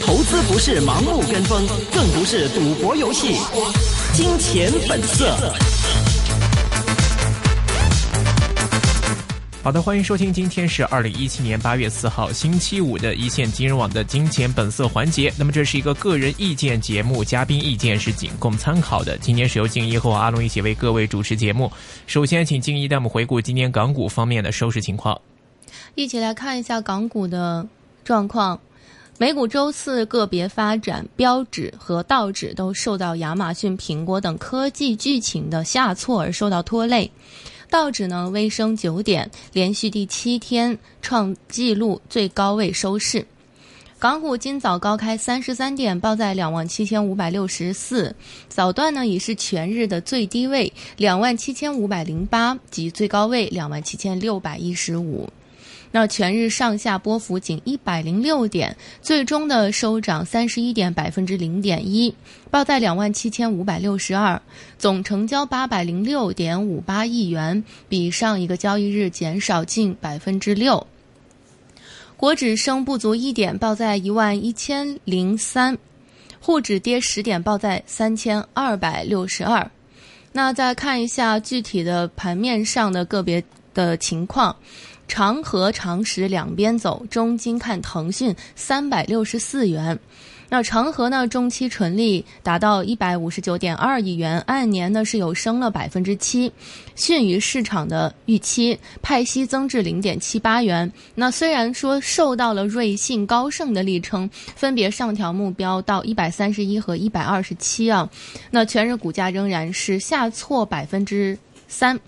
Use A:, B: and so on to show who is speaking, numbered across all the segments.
A: 投资不是盲目跟风，更不是赌博游戏。金钱本色。
B: 好的，欢迎收听，今天是二零一七年八月四号星期五的一线金融网的金钱本色环节。那么这是一个个人意见节目，嘉宾意见是仅供参考的。今天是由静一和我阿龙一起为各位主持节目。首先，请静一带我们回顾今天港股方面的收市情况。
C: 一起来看一下港股的状况。美股周四个别发展，标指和道指都受到亚马逊、苹果等科技巨企的下挫而受到拖累。道指呢微升九点，连续第七天创纪录最高位收市。港股今早高开三十三点，报在两万七千五百六十四，早段呢已是全日的最低位两万七千五百零八及最高位两万七千六百一十五。那全日上下波幅仅一百零六点，最终的收涨三十一点百分之零点一，报在两万七千五百六十二，总成交八百零六点五八亿元，比上一个交易日减少近百分之六。国指升不足一点，报在一万一千零三，沪指跌十点，报在三千二百六十二。那再看一下具体的盘面上的个别的情况。长和长实两边走，中金看腾讯三百六十四元。那长和呢，中期纯利达到一百五十九点二亿元，按年呢是有升了百分之七，逊于市场的预期，派息增至零点七八元。那虽然说受到了瑞信、高盛的力撑，分别上调目标到一百三十一和一百二十七啊，那全日股价仍然是下挫百分之三。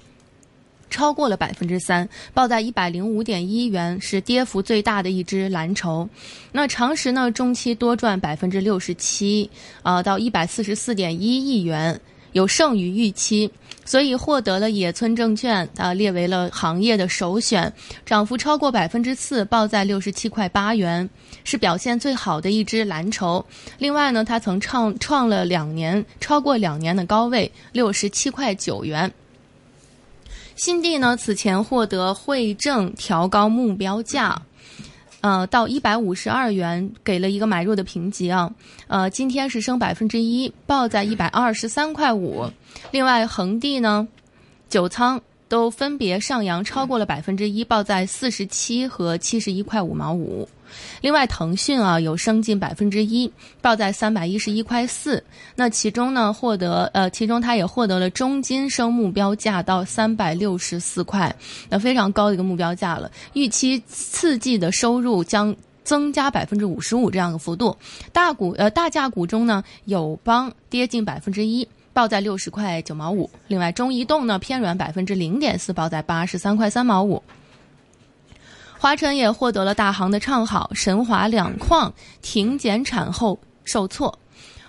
C: 超过了百分之三，报在一百零五点一元，是跌幅最大的一只蓝筹。那长实呢，中期多赚百分之六十七，啊，到一百四十四点一亿元，有剩余预期，所以获得了野村证券啊列为了行业的首选，涨幅超过百分之四，报在六十七块八元，是表现最好的一只蓝筹。另外呢，它曾创创了两年超过两年的高位，六十七块九元。新地呢，此前获得汇政调高目标价，呃，到一百五十二元，给了一个买入的评级啊。呃，今天是升百分之一，报在一百二十三块五。另外，恒地呢，九仓都分别上扬超过了百分之一，报在四十七和七十一块五毛五。另外，腾讯啊有升近百分之一，报在三百一十一块四。那其中呢，获得呃，其中它也获得了中金升目标价到三百六十四块，那非常高的一个目标价了。预期次季的收入将增加百分之五十五这样的幅度。大股呃大价股中呢，友邦跌近百分之一。报在六十块九毛五，另外中移动呢偏软百分之零点四，报在八十三块三毛五。华晨也获得了大行的唱好，神华两矿停减产后受挫。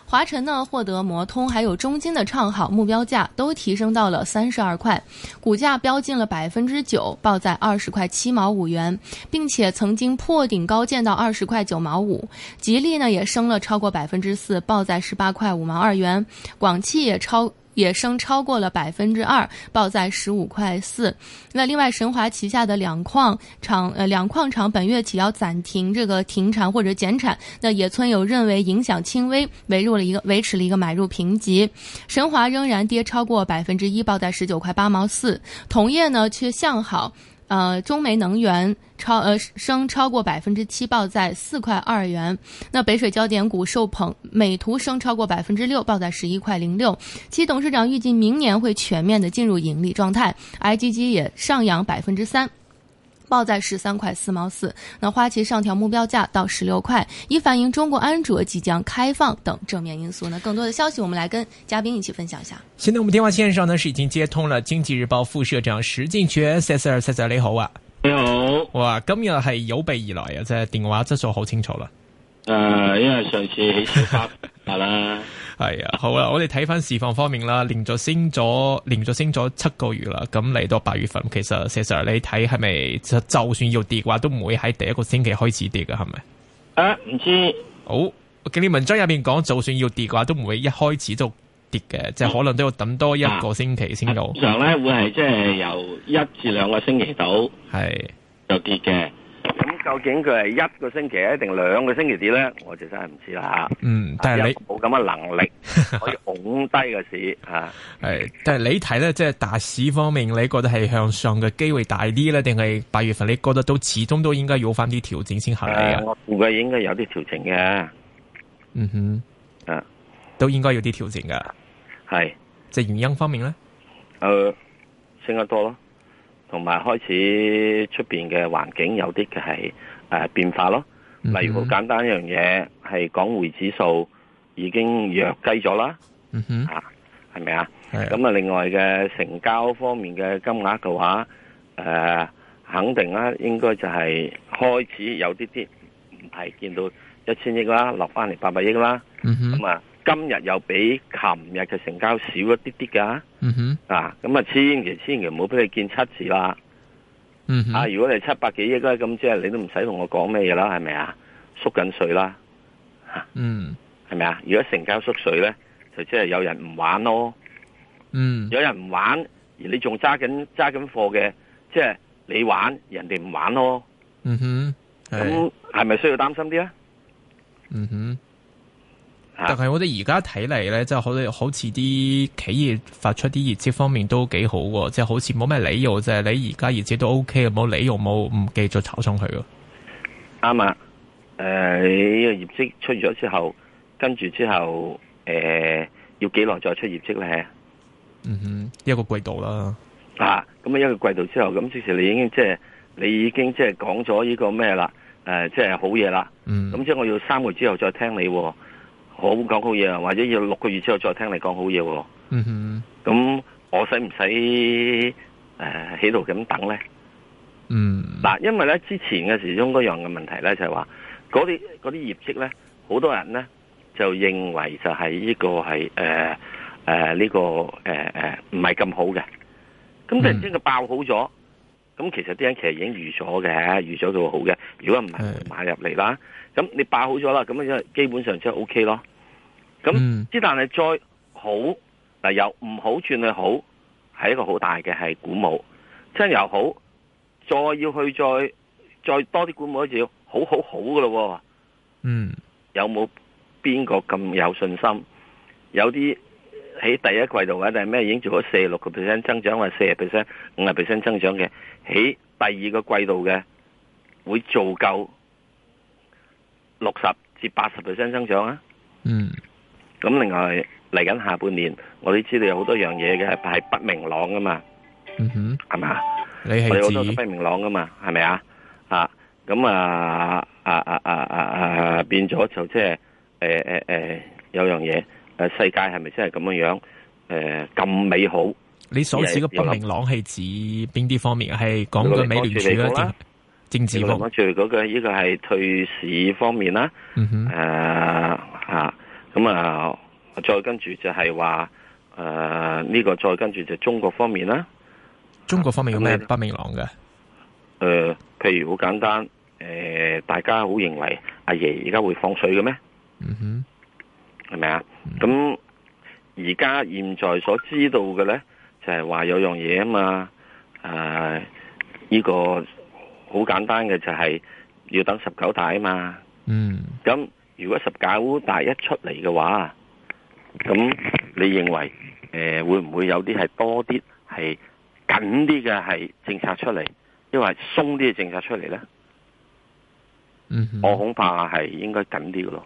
C: 华晨呢获得摩通还有中金的唱好，目标价都提升到了三十二块，股价飙进了百分之九，报在二十块七毛五元，并且曾经破顶高见到二十块九毛五。吉利呢也升了超过百分之四，报在十八块五毛二元，广汽也超。也升超过了百分之二，报在十五块四。那另外，神华旗下的两矿厂呃两矿厂本月起要暂停这个停产或者减产。那野村有认为影响轻微，维入了一个维持了一个买入评级。神华仍然跌超过百分之一，报在十九块八毛四。同业呢却向好，呃中煤能源超呃升超过百分之七，报在四块二元。那北水焦点股受捧，美图升超过百分之六，报在十一块零六。其董事长预计明年会全面的进入盈利状态。IGG 也上扬百分之三。报在十三块四毛四，那花旗上调目标价到十六块，以反映中国安卓即将开放等正面因素。那更多的消息，我们来跟嘉宾一起分享一下。
B: 现在我们电话线上呢是已经接通了《经济日報》副社長史建全 Sir Sir 你好啊！
D: 你好，誒、
B: 哇，今日係有備而來啊，即係電話質素好清楚啦。
D: 呃因為上次起小 花下啦，
B: 係啊，好啦，我哋睇翻市況方面啦，連續升咗，連續升咗七個月啦。咁嚟到八月份，其實 Sir Sir 你睇係咪就就算要跌嘅話，都唔會喺第一個星期開始跌嘅，係咪？
D: 啊唔知
B: 好，我見你文章入面講，就算要跌嘅話，都唔會一開始就跌嘅，即係可能都要等多一個星期先
D: 啊
B: 到
D: 通。常咧會係即係由一至兩個星期度
B: 係
D: 就跌嘅，究竟佢係一個星期一定兩個星期跌咧，我就真係唔知啦啊
B: 嗯，但
D: 嚇
B: 係
D: 因為
B: 你
D: 冇咁嘅 能力可以拱低個市啊。
B: 诶，但係你睇咧，即係大市方面，你覺得係向上嘅機會大啲咧，定係八月份你覺得都始終都應該有翻啲調整先合理啊
D: 誒？我估計應該有啲調整嘅，
B: 嗯哼，
D: 啊，
B: 都應該有啲調整噶。
D: 係
B: 即係原因方面咧，
D: 誒呃升得多咯，同埋開始出邊嘅環境有啲嘅係誒變化咯。
B: 嗯
D: 例如好簡單一樣嘢係港匯指數已經弱雞咗啦，
B: 嗯哼，
D: 啊，係咪啊？
B: 係
D: 咁啊，另外嘅成交方面嘅金額嘅話，誒、肯定啦，應該就係開始有啲啲唔係見到一千億啦，落翻嚟八百億啦。
B: 嗯哼，
D: 咁啊，今日又比琴日嘅成交少一啲啲㗎。
B: 嗯哼，
D: 啊，咁啊，千祈千祈唔好俾你見七字啦。
B: 嗯
D: 啊，
B: 哼，
D: 如果你七百幾億咧，咁即係你都唔使同我講咩嘢啦，係咪啊？縮緊水啦，
B: 嗯
D: 係咪啊？如果成交縮水咧，就即係有人唔玩咯。
B: 嗯
D: 有人唔玩，而你仲揸緊揸緊貨嘅，即係你玩，人哋唔玩咯。
B: 嗯哼，係
D: 咁係咪需要擔心啲啊？
B: 嗯哼。
D: 嚇
B: 但係我哋而家睇嚟咧，即係好似好似啲企業發出啲業績方面都幾好喎，即係好似冇咩理由，就係你而家業績都 O K 嘅，冇理由冇唔繼續炒上去咯。
D: 啱啊！誒、呢個業績出咗之後，跟住之後，誒、要幾耐再出業績咧？
B: 嗯哼，一個季度啦，
D: 啊，咁啊一個季度之後，咁即時你已經即係你已經即係講咗呢個咩啦？誒、即係好嘢啦。
B: 嗯，
D: 咁即係我要三個月之後再聽你喎，好講好嘢啊，或者要六個月之後再聽你講好嘢喎。
B: 嗯哼，
D: 咁我使唔使誒喺度咁等咧？
B: 嗯，
D: 嗱，因為咧之前嘅時鐘嗰樣嘅問題咧，就係話嗰啲嗰啲業績咧，好多人咧就認為就係呢個係誒誒呢個誒誒唔係咁好嘅。咁突然之間佢爆好咗，咁其實啲人其實已經預咗嘅，預咗佢會好嘅。如果唔係
B: 係
D: 買入嚟啦，咁你爆好咗啦，咁因為基本上即係 O K 咯。咁
B: 嗯
D: 之但係再好嗱，由唔好轉去好，係一個好大嘅係鼓舞。即係由好，再要去再再多啲鼓舞，就要好好好噶咯。
B: 嗯，
D: 有冇邊個咁有信心？有啲喺第一季度或者係咩已經做咗四十六個 percent 增長，或者四十 percent、五十 percent 增長嘅，喺第二個季度嘅會做夠六十至八十 percent 增長啊！
B: 嗯，
D: 咁另外嚟緊下半年，我哋知道有好多樣嘢嘅係不明朗噶嘛，
B: 嗯哼，
D: 係嘛？
B: 你
D: 我哋
B: 係
D: 好多都
B: 指
D: 不明朗噶嘛，係咪啊？啊，咁啊啊啊啊啊啊，變咗就即係誒誒誒，有樣嘢誒，世界係咪真係咁樣樣誒咁美好？
B: 你所指嘅不明朗係指邊啲方面？係講嘅美聯儲
D: 美國
B: 啦
D: 啦，
B: 政政治方面
D: 我，住啊嗰個呢個係退市方面啦，
B: 嗯哼，
D: 誒嚇，咁啊，再跟住就係話誒呢個，再跟住就中國方面啦。
B: 中國方面有咩
D: 咁你
B: 不明朗嘅？
D: 誒、呃譬如好簡單，誒、大家好認為阿爺而家會放水嘅咩？
B: 嗯哼，
D: 係咪啊？咁而家現在所知道嘅咧，就係、話有樣嘢啊嘛，誒、呢、個好簡單嘅就係要等十九大啊嘛。
B: 嗯
D: 咁如果十九大一出嚟嘅話，咁你認為誒、呃、會唔會有啲係多啲係緊啲嘅係政策出嚟，因為鬆啲嘅政策出嚟咧？
B: 嗯哼，
D: 我恐怕係應該緊啲嘅咯。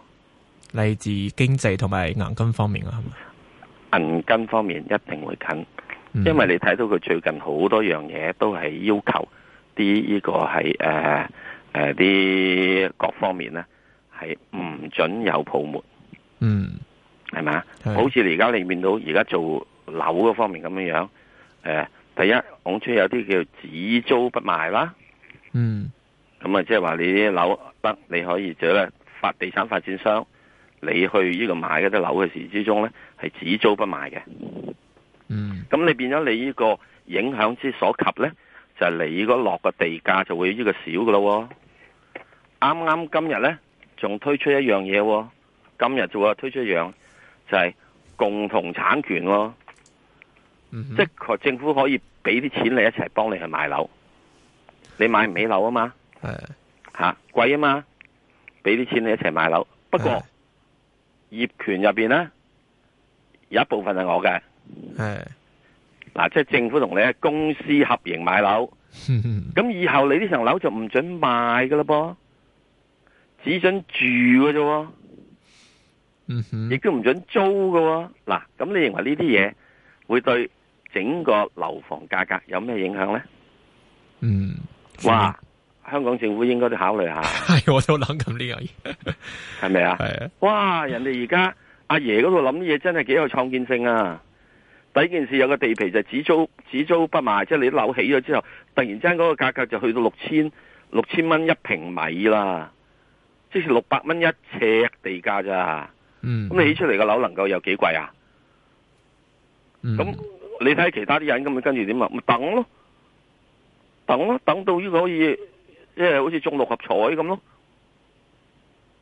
B: 嚟自經濟同埋銀根方面啊，係嘛？
D: 銀根方面一定會緊，
B: 嗯
D: 因為你睇到佢最近好多樣嘢都係要求啲呢個係誒誒啲各方面咧係唔準有泡沫，
B: 嗯，
D: 係咪啊？
B: 係
D: 好似你而家你見到而家做樓嗰方面咁樣樣，誒、第一拱出有啲叫只租不賣啦，
B: 嗯
D: 咁啊即係話你啲樓得你可以就咧發地產發展商，你去呢個買嗰啲樓嘅時之中咧係只租不賣嘅。
B: 嗯
D: 咁你變咗你呢個影響之所及呢，就係、你嗰落嘅地價就會呢個少噶咯喎。啱啱今日呢，仲推出一樣嘢喎，今日啫喎，推出一樣就係、共同產權喎，
B: 嗯哼，
D: 即係政府可以俾啲錢你一齊幫你去買樓，你買唔起樓啊嘛，
B: 係
D: 吓、貴啊嘛，俾啲錢你一齊買樓。不過業權入边咧有一部分係我嘅，
B: 係，
D: 嗱，即係政府同你喺公司合營買樓，
B: 嗯
D: 咁以後你呢層樓就唔准賣噶啦噃，只准住嘅啫喎。
B: 嗯哼
D: 亦，都唔准租嘅喎。嗱，咁你認為呢啲嘢會對整個樓房價格有咩影響呢？
B: 嗯，
D: 哇！香港政府應該都考慮下，
B: 係，我都諗緊呢樣嘢，
D: 係咪啊？
B: 係啊，
D: 哇！人哋而家阿爺嗰度諗啲嘢真係幾有創建性啊！第一件事有個地皮就只租只租不賣，即係你啲樓起咗之後，突然之間嗰個價格就去到六千六千蚊一平米啦，即是六百蚊一尺地價咋。
B: 嗯，
D: 咁你起出嚟嘅樓能夠有幾貴啊？
B: 嗯
D: 咁你睇其他啲人咁，你跟住點啊？咪等咯，等咯，等到呢個可以，即係好似中六合彩咁咯，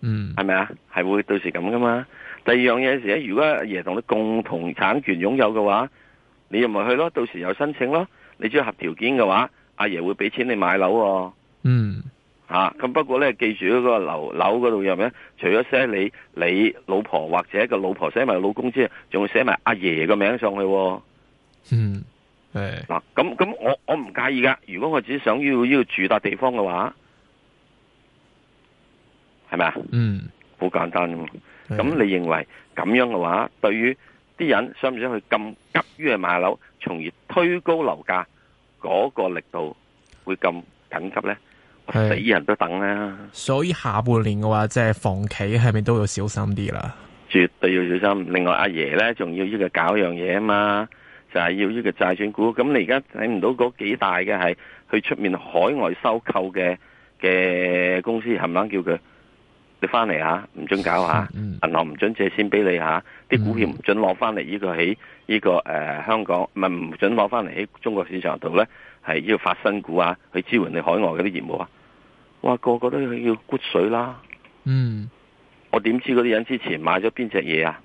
B: 嗯
D: 係咪啊？係會到時咁噶嘛？第二樣嘢時咧，如果阿爺同你共同產權擁有嘅話，你又咪去咯，到時又申請咯。你只要合條件嘅話，阿爺會俾錢你買樓喎、
B: 嗯
D: 啊，咁不過咧，記住嗰個樓樓嗰度入面，除咗寫你你老婆或者個老婆寫埋老公之外，仲會寫埋阿爺個名上去、喎。
B: 嗯，係，
D: 嗱，咁咁我我唔介意噶。如果我只想要要住笪地方嘅話，係咪啊？
B: 嗯，
D: 好簡單啫嘛。
B: 係
D: 咁你認為咁樣嘅話，對於啲人想唔想去咁急於去買樓，從而推高樓價嗰、個力度會咁緊急呢？我
B: 係
D: 死人都等啦，
B: 所以下半年嘅話，即係房企係咪都要小心啲啦？
D: 絕對要小心。另外阿爺呢，仲要呢個搞樣嘢啊嘛，就係、要呢個債券股。咁你而家睇唔到嗰幾大嘅係去出面海外收購嘅嘅公司，冚唪唥叫佢你翻嚟嚇，唔准搞嚇。
B: 嗯
D: 銀行唔准借錢俾你嚇，啲股票
B: 嗯
D: 唔准攞翻嚟，呢個喺呢個誒香港唔係唔准攞翻嚟喺中國市場度咧，係要發新股啊，去支援你海外嗰啲業務啊。哇，個個都要骨水啦！
B: 嗯
D: 我點知嗰啲人之前買咗邊只嘢啊？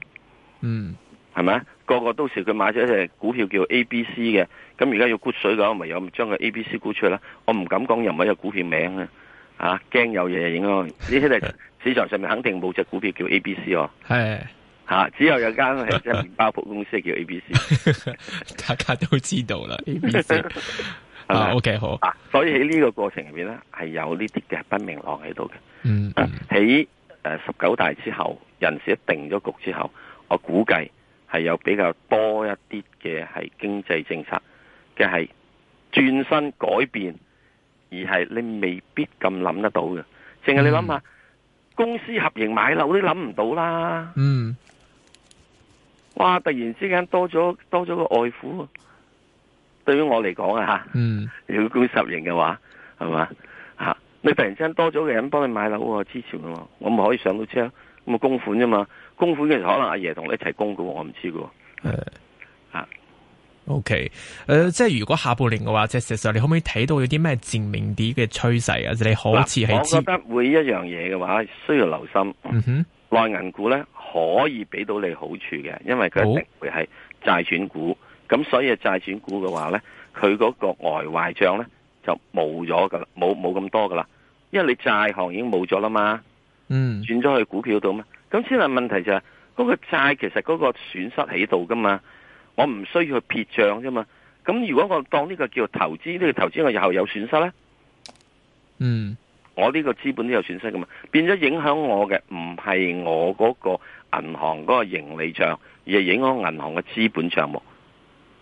B: 嗯
D: 係咪啊？個個到時佢買咗一隻股票叫 A、B、C 嘅，咁而家要骨水嘅，我咪有將佢 A、B、C 沽出去啦。我唔敢講任何一隻股票名啊，啊驚有嘢影響。呢啲係市場上面肯定冇隻股票叫 A、B、C 喎。
B: 係，
D: 吓、啊只有有間係即係麵包鋪公司叫 A B C，
B: 大家都知道啦，A B C 啊，OK 好，
D: 啊，所以喺呢個過程入邊咧，係有呢啲嘅不明朗喺度嘅。
B: 嗯嗯
D: 喺诶十九大之後，人事一定咗局之後，我估計係有比較多一啲嘅係經濟政策嘅係轉身改變，而係你未必咁諗得到嘅。淨係你諗下，公司合營買樓都諗唔到啦。
B: 嗯
D: 哇！突然之間多咗多咗個外父啊，對於我嚟講啊吓。
B: 嗯
D: 如果公十型嘅話，係嘛嚇？你突然之間多咗個人幫你買樓喎，支持喎，我咪可以上到車，咁咪供款啫嘛。供款嘅時候可能阿爺同你一齊供嘅喎，我唔知嘅喎。
B: 係
D: 啊。
B: O.K. 誒、即係如果下半年嘅話，即係事實上你可唔可以睇到有啲咩正面啲嘅趨勢啊？即係你好似
D: 嗱
B: 係
D: 我覺
B: 知，
D: 得每一樣嘢嘅話，需要留心。
B: 嗯哼，
D: 內銀股咧可以俾到你好處嘅，因為佢一定會係債轉股，咁所以債轉股嘅話咧，佢嗰個外壞帳咧就冇咗噶啦，冇冇咁多噶啦，因為你債行已經冇咗啦嘛。
B: 嗯
D: 轉咗去股票度嘛。咁先係問題就係、嗰、個債其實嗰個損失喺度噶嘛，我唔需要去撇帳啫嘛。咁如果我當呢個叫投資，呢、個投資我日後有損失咧，
B: 嗯
D: 我呢個資本都有損失噶嘛，變咗影響我嘅唔係我嗰個銀行嗰個盈利帳，而係影響銀行嘅資本帳目。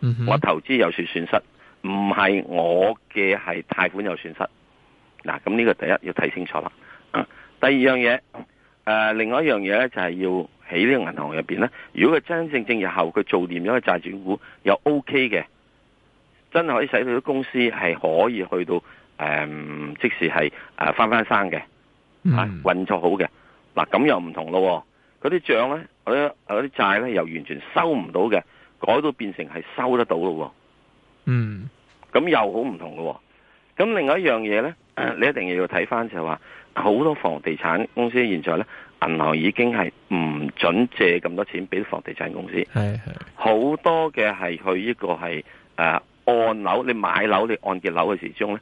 B: 嗯哼
D: 我投資有損損失，唔係我嘅係貸款有損失。嗱，咁呢個第一要睇清楚啦。啊第二樣嘢，誒、另外一樣嘢咧就係要喺呢個銀行入邊咧，如果佢真真正正日後佢做掂咗個債轉股又 OK 嘅，真係可以使到啲公司係可以去到誒、嗯即使係誒翻翻生嘅。啊
B: 嗯
D: 運作好嘅。嗱咁又唔同咯喎，嗰啲帳咧，嗰啲嗰啲債咧又完全收唔到嘅，改到變成係收得到咯
B: 嗯
D: 喎，咁又好唔同咯喎。咁另外一樣嘢咧，你一定要睇翻就係話，好多房地產公司現在咧，銀行已經係唔準借咁多錢俾房地產公司，
B: 係係
D: 好多嘅係去呢個係誒、呃按樓，你買樓你按揭樓嘅時鐘咧，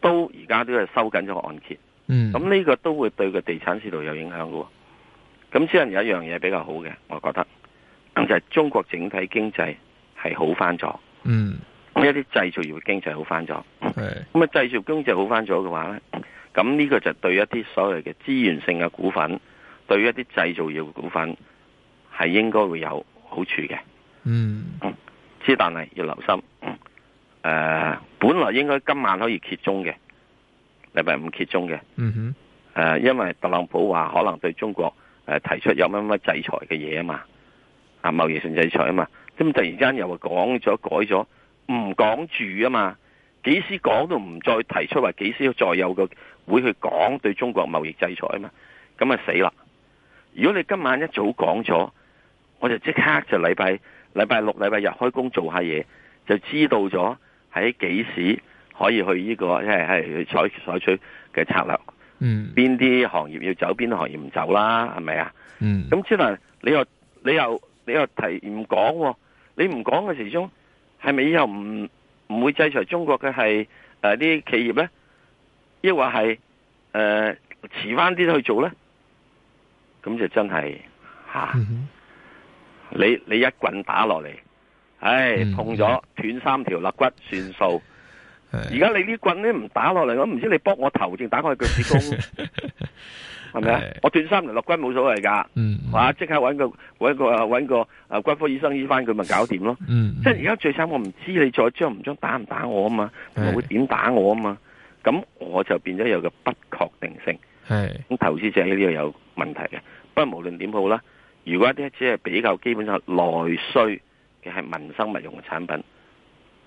D: 都而家都係收緊咗個按揭。
B: 嗯，
D: 咁呢個都會對個地產市道有影響嘅喎。咁只能有一樣嘢比較好嘅，我覺得就係、中國整體經濟係好翻咗，
B: 嗯，
D: 一啲製造業經濟好翻咗。
B: 對，
D: 咁啊，製造經濟好翻咗嘅話呢，咁呢個就對一啲所謂嘅資源性嘅股份，對一啲製造業嘅股份係應該會有好處嘅。
B: 嗯，
D: 之但係要留心，誒、本來應該今晚可以揭盅嘅，禮拜五揭盅嘅。
B: 嗯哼，
D: 誒、呃因為特朗普話可能對中國誒、提出有乜乜制裁嘅嘢啊嘛，啊貿易上制裁啊嘛，咁突然間又話講咗改咗，唔講住啊嘛，幾時講都唔再提出話幾時再有個會去講對中國貿易制裁啊嘛，咁啊死啦！如果你今晚一早講咗，我就即刻就禮拜禮拜六、禮拜日開工做下嘢，就知道咗喺幾時可以去呢、個即係係去採採取嘅策略。
B: 嗯，
D: 邊啲行業要走，邊啲行業唔走啦，係咪啊？
B: 嗯，
D: 咁之但你又你又你又提唔講喎，你唔講嘅時鐘係咪以後唔唔會制裁中國嘅係誒啲企業咧？抑或係誒遲翻啲去做咧？咁就真係嚇、啊
B: 嗯哼，
D: 你你一棍打落嚟，唉
B: 嗯
D: 痛咗斷三條肋骨算數。而
B: 對，
D: 家你呢棍咧唔打落嚟，我唔知你卜我頭定打我腳趾 公，係咪啊
B: 係？
D: 我斷三條肋骨冇所謂㗎，
B: 嗯，
D: 哇！即刻揾個揾個揾個啊骨科醫生醫翻佢咪搞掂咯。
B: 嗯，
D: 即係而家最慘，我唔知你再將唔將打唔打我啊嘛，同埋會
B: 係
D: 點打我啊嘛。咁我就變咗有個不確定性。
B: 係，
D: 咁投資者呢度有問題嘅。不過無論點好啦，如果一啲只係比較基本上內需嘅係民生物用嘅產品，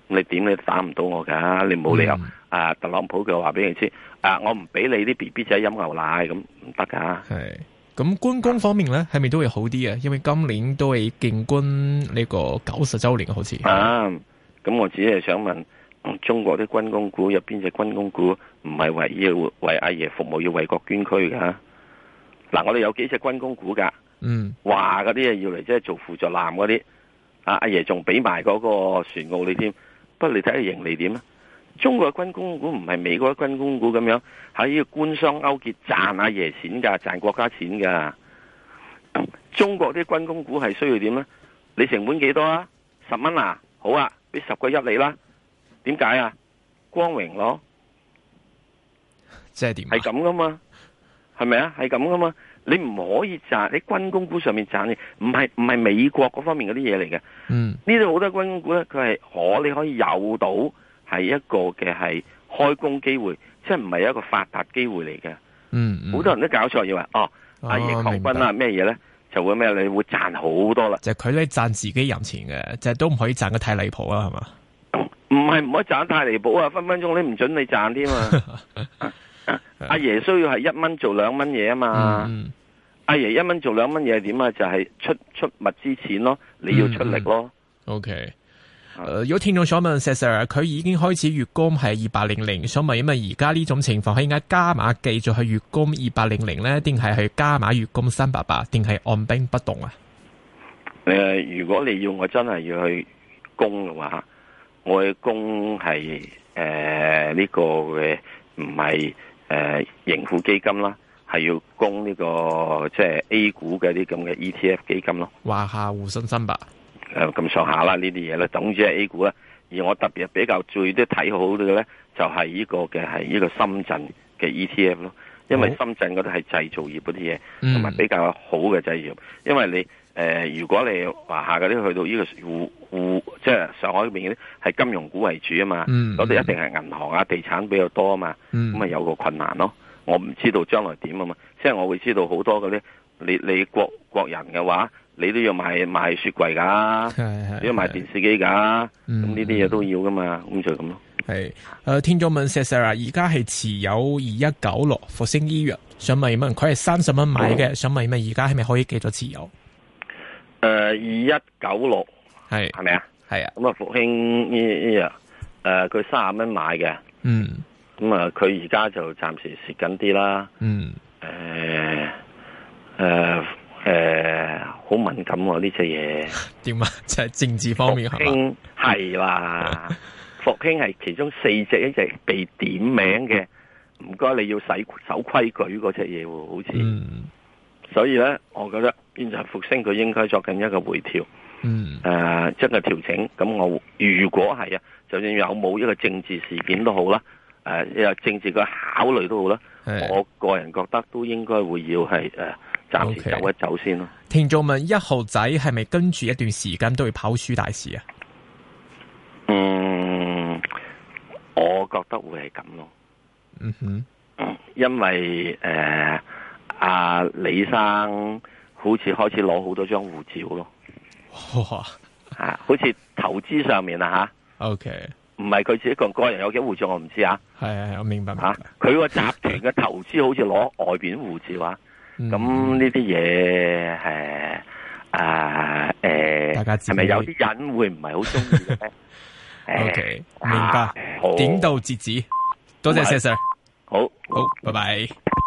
D: 你點你都打唔到我㗎？你冇理由、
B: 嗯
D: 啊！特朗普佢話俾你知啊，我唔俾你啲 B B 仔飲牛奶咁唔得㗎。
B: 嗯係。咁觀光方面咧，係咪都會好啲啊？因為今年都係建軍呢個九十周年啊好似。
D: 啊，咁我只係想問，嗯中國啲軍工股入邊隻軍工股唔係為要為阿爺服務，要為國捐軀㗎。嗱，我哋有幾隻軍工股㗎，
B: 嗯，
D: 話嗰啲嘢要嚟即係做輔助艦嗰啲，啊阿爺仲俾埋嗰個船澳你添。不過你睇下盈利點啊？中國嘅軍工股唔係美國嘅軍工股咁樣喺呢個官商勾結賺阿爺錢㗎，賺國家錢㗎。中國啲軍工股係需要點呢？你成本幾多啊？十蚊啊，好啊，俾十個一你啦。點解啊？光榮咯。
B: 即係點啊？
D: 係咁噶嘛，係咪啊？係咁噶嘛，你唔可以賺喺軍工股上面賺嘅，唔係唔係美國嗰方面嗰啲嘢嚟嘅。
B: 嗯
D: 呢度好多軍工股咧，佢係可你可以有到係一個嘅係開工機會，即係唔係一個發達機會嚟嘅。
B: 嗯嗯，
D: 好多人都搞錯以為哦，阿爺
B: 哦
D: 求
B: 明
D: 婚
B: 白
D: 啊咩嘢咧，就會咩你會賺好多啦。
B: 就係佢咧賺自己人錢嘅，就係都唔可以賺得太離譜啊啦，係嘛？
D: 唔係唔可以賺得太離譜啊！分分鐘你唔准你賺添嘛。 阿爺需要係一蚊做兩蚊嘢啊嘛。
B: 嗯
D: 阿爺一蚊做兩蚊嘢係點啊？就係、出出物資錢咯，你要出力咯。
B: ，OK。誒，有聽眾想問 s Sir，佢已經開始月供係二八零零，想問一問而家呢種情況係應該加碼繼續去月供二八零零咧，定係去加碼月供三八八，定係按兵不動啊？
D: 誒、如果你要我真係要去供嘅話，我嘅供係誒呢個嘅唔係誒盈富基金啦，係要供呢、個即係 A 股嘅啲咁嘅 ETF 基金咯。
B: 華夏滬深三百，
D: 誒咁上下啦，呢啲嘢啦，總之係 A 股啦。啊而我特別比較最都睇好嘅咧，就係呢個嘅係呢個深圳嘅 ETF 咯，因為
B: 好
D: 深圳嗰啲係製造業嗰啲嘢。同
B: 嗯
D: 埋比較好嘅製造業，因為你誒、呃如果你華夏嗰啲去到呢個互互，即係上海嗰邊嗰啲係金融股為主啊嘛，
B: 嗯
D: 嗰啲一定係銀行啊、地產比較多啊嘛，
B: 嗯
D: 咁啊有個困難咯。我唔知道將來點啊嘛，即係我會知道好多嗰啲你你國國人嘅話，你都要買買雪櫃 㗎，
B: 係係
D: 你要買電視機㗎，咁
B: 嗯
D: 呢啲嘢都要㗎嘛，咁就咁咯。
B: 係誒，聽眾問 s Sir 啊，而家係持有二一九六復星醫藥，想問一問佢係三十蚊買
D: 哦
B: 嘅，想問一問而家係咪可以繼續持有？
D: 誒呃二一九六
B: 係
D: 係咪啊？
B: 係啊，
D: 咁啊復興呢呢啊誒佢三十蚊買嘅。
B: 嗯
D: 咁啊，佢而家就暫時蝕緊啲啦。
B: 嗯。
D: 誒誒誒，好敏感喎呢隻嘢。
B: 點啊？ 就係政治方
D: 復
B: 面係嘛？
D: 興係啦，復興係其中四隻一隻被點名嘅唔該你要洗守規矩嗰只嘢喎，好似。
B: 嗯
D: 所以咧，我覺得現在復星佢應該作緊一個回調，誒、
B: 嗯
D: 即係調整。咁我如果係啊，就算有冇一個政治事件都好啦，誒、有政治嘅考慮都好啦，
B: 係
D: 我個人覺得都應該會要係誒、呃暫時
B: OK
D: 走一走先咯。
B: 聽眾問一號仔係咪跟住一段時間都要跑輸大市啊？
D: 嗯，我覺得會係咁咯。
B: 嗯哼，
D: 因為誒阿、啊李生好似開始攞好多張護照咯，
B: 哇
D: 嚇、好似投資上面啊
B: ，OK，
D: 嚇，唔係佢自己個個人有幾多護照我唔知啊
B: 係係，我明白明
D: 嚇
B: 白，
D: 佢個集團嘅投資好似攞外邊護照啊，
B: 嗯
D: 咁呢啲嘢係啊誒，
B: 大家自
D: 係
B: 己
D: 咪有啲人會唔係好中意 嘅咧
B: OK，
D: 誒
B: 明白
D: 啊好
B: 點到截止，多謝
D: 好
B: Sir，
D: 好。
B: 啊好，拜拜。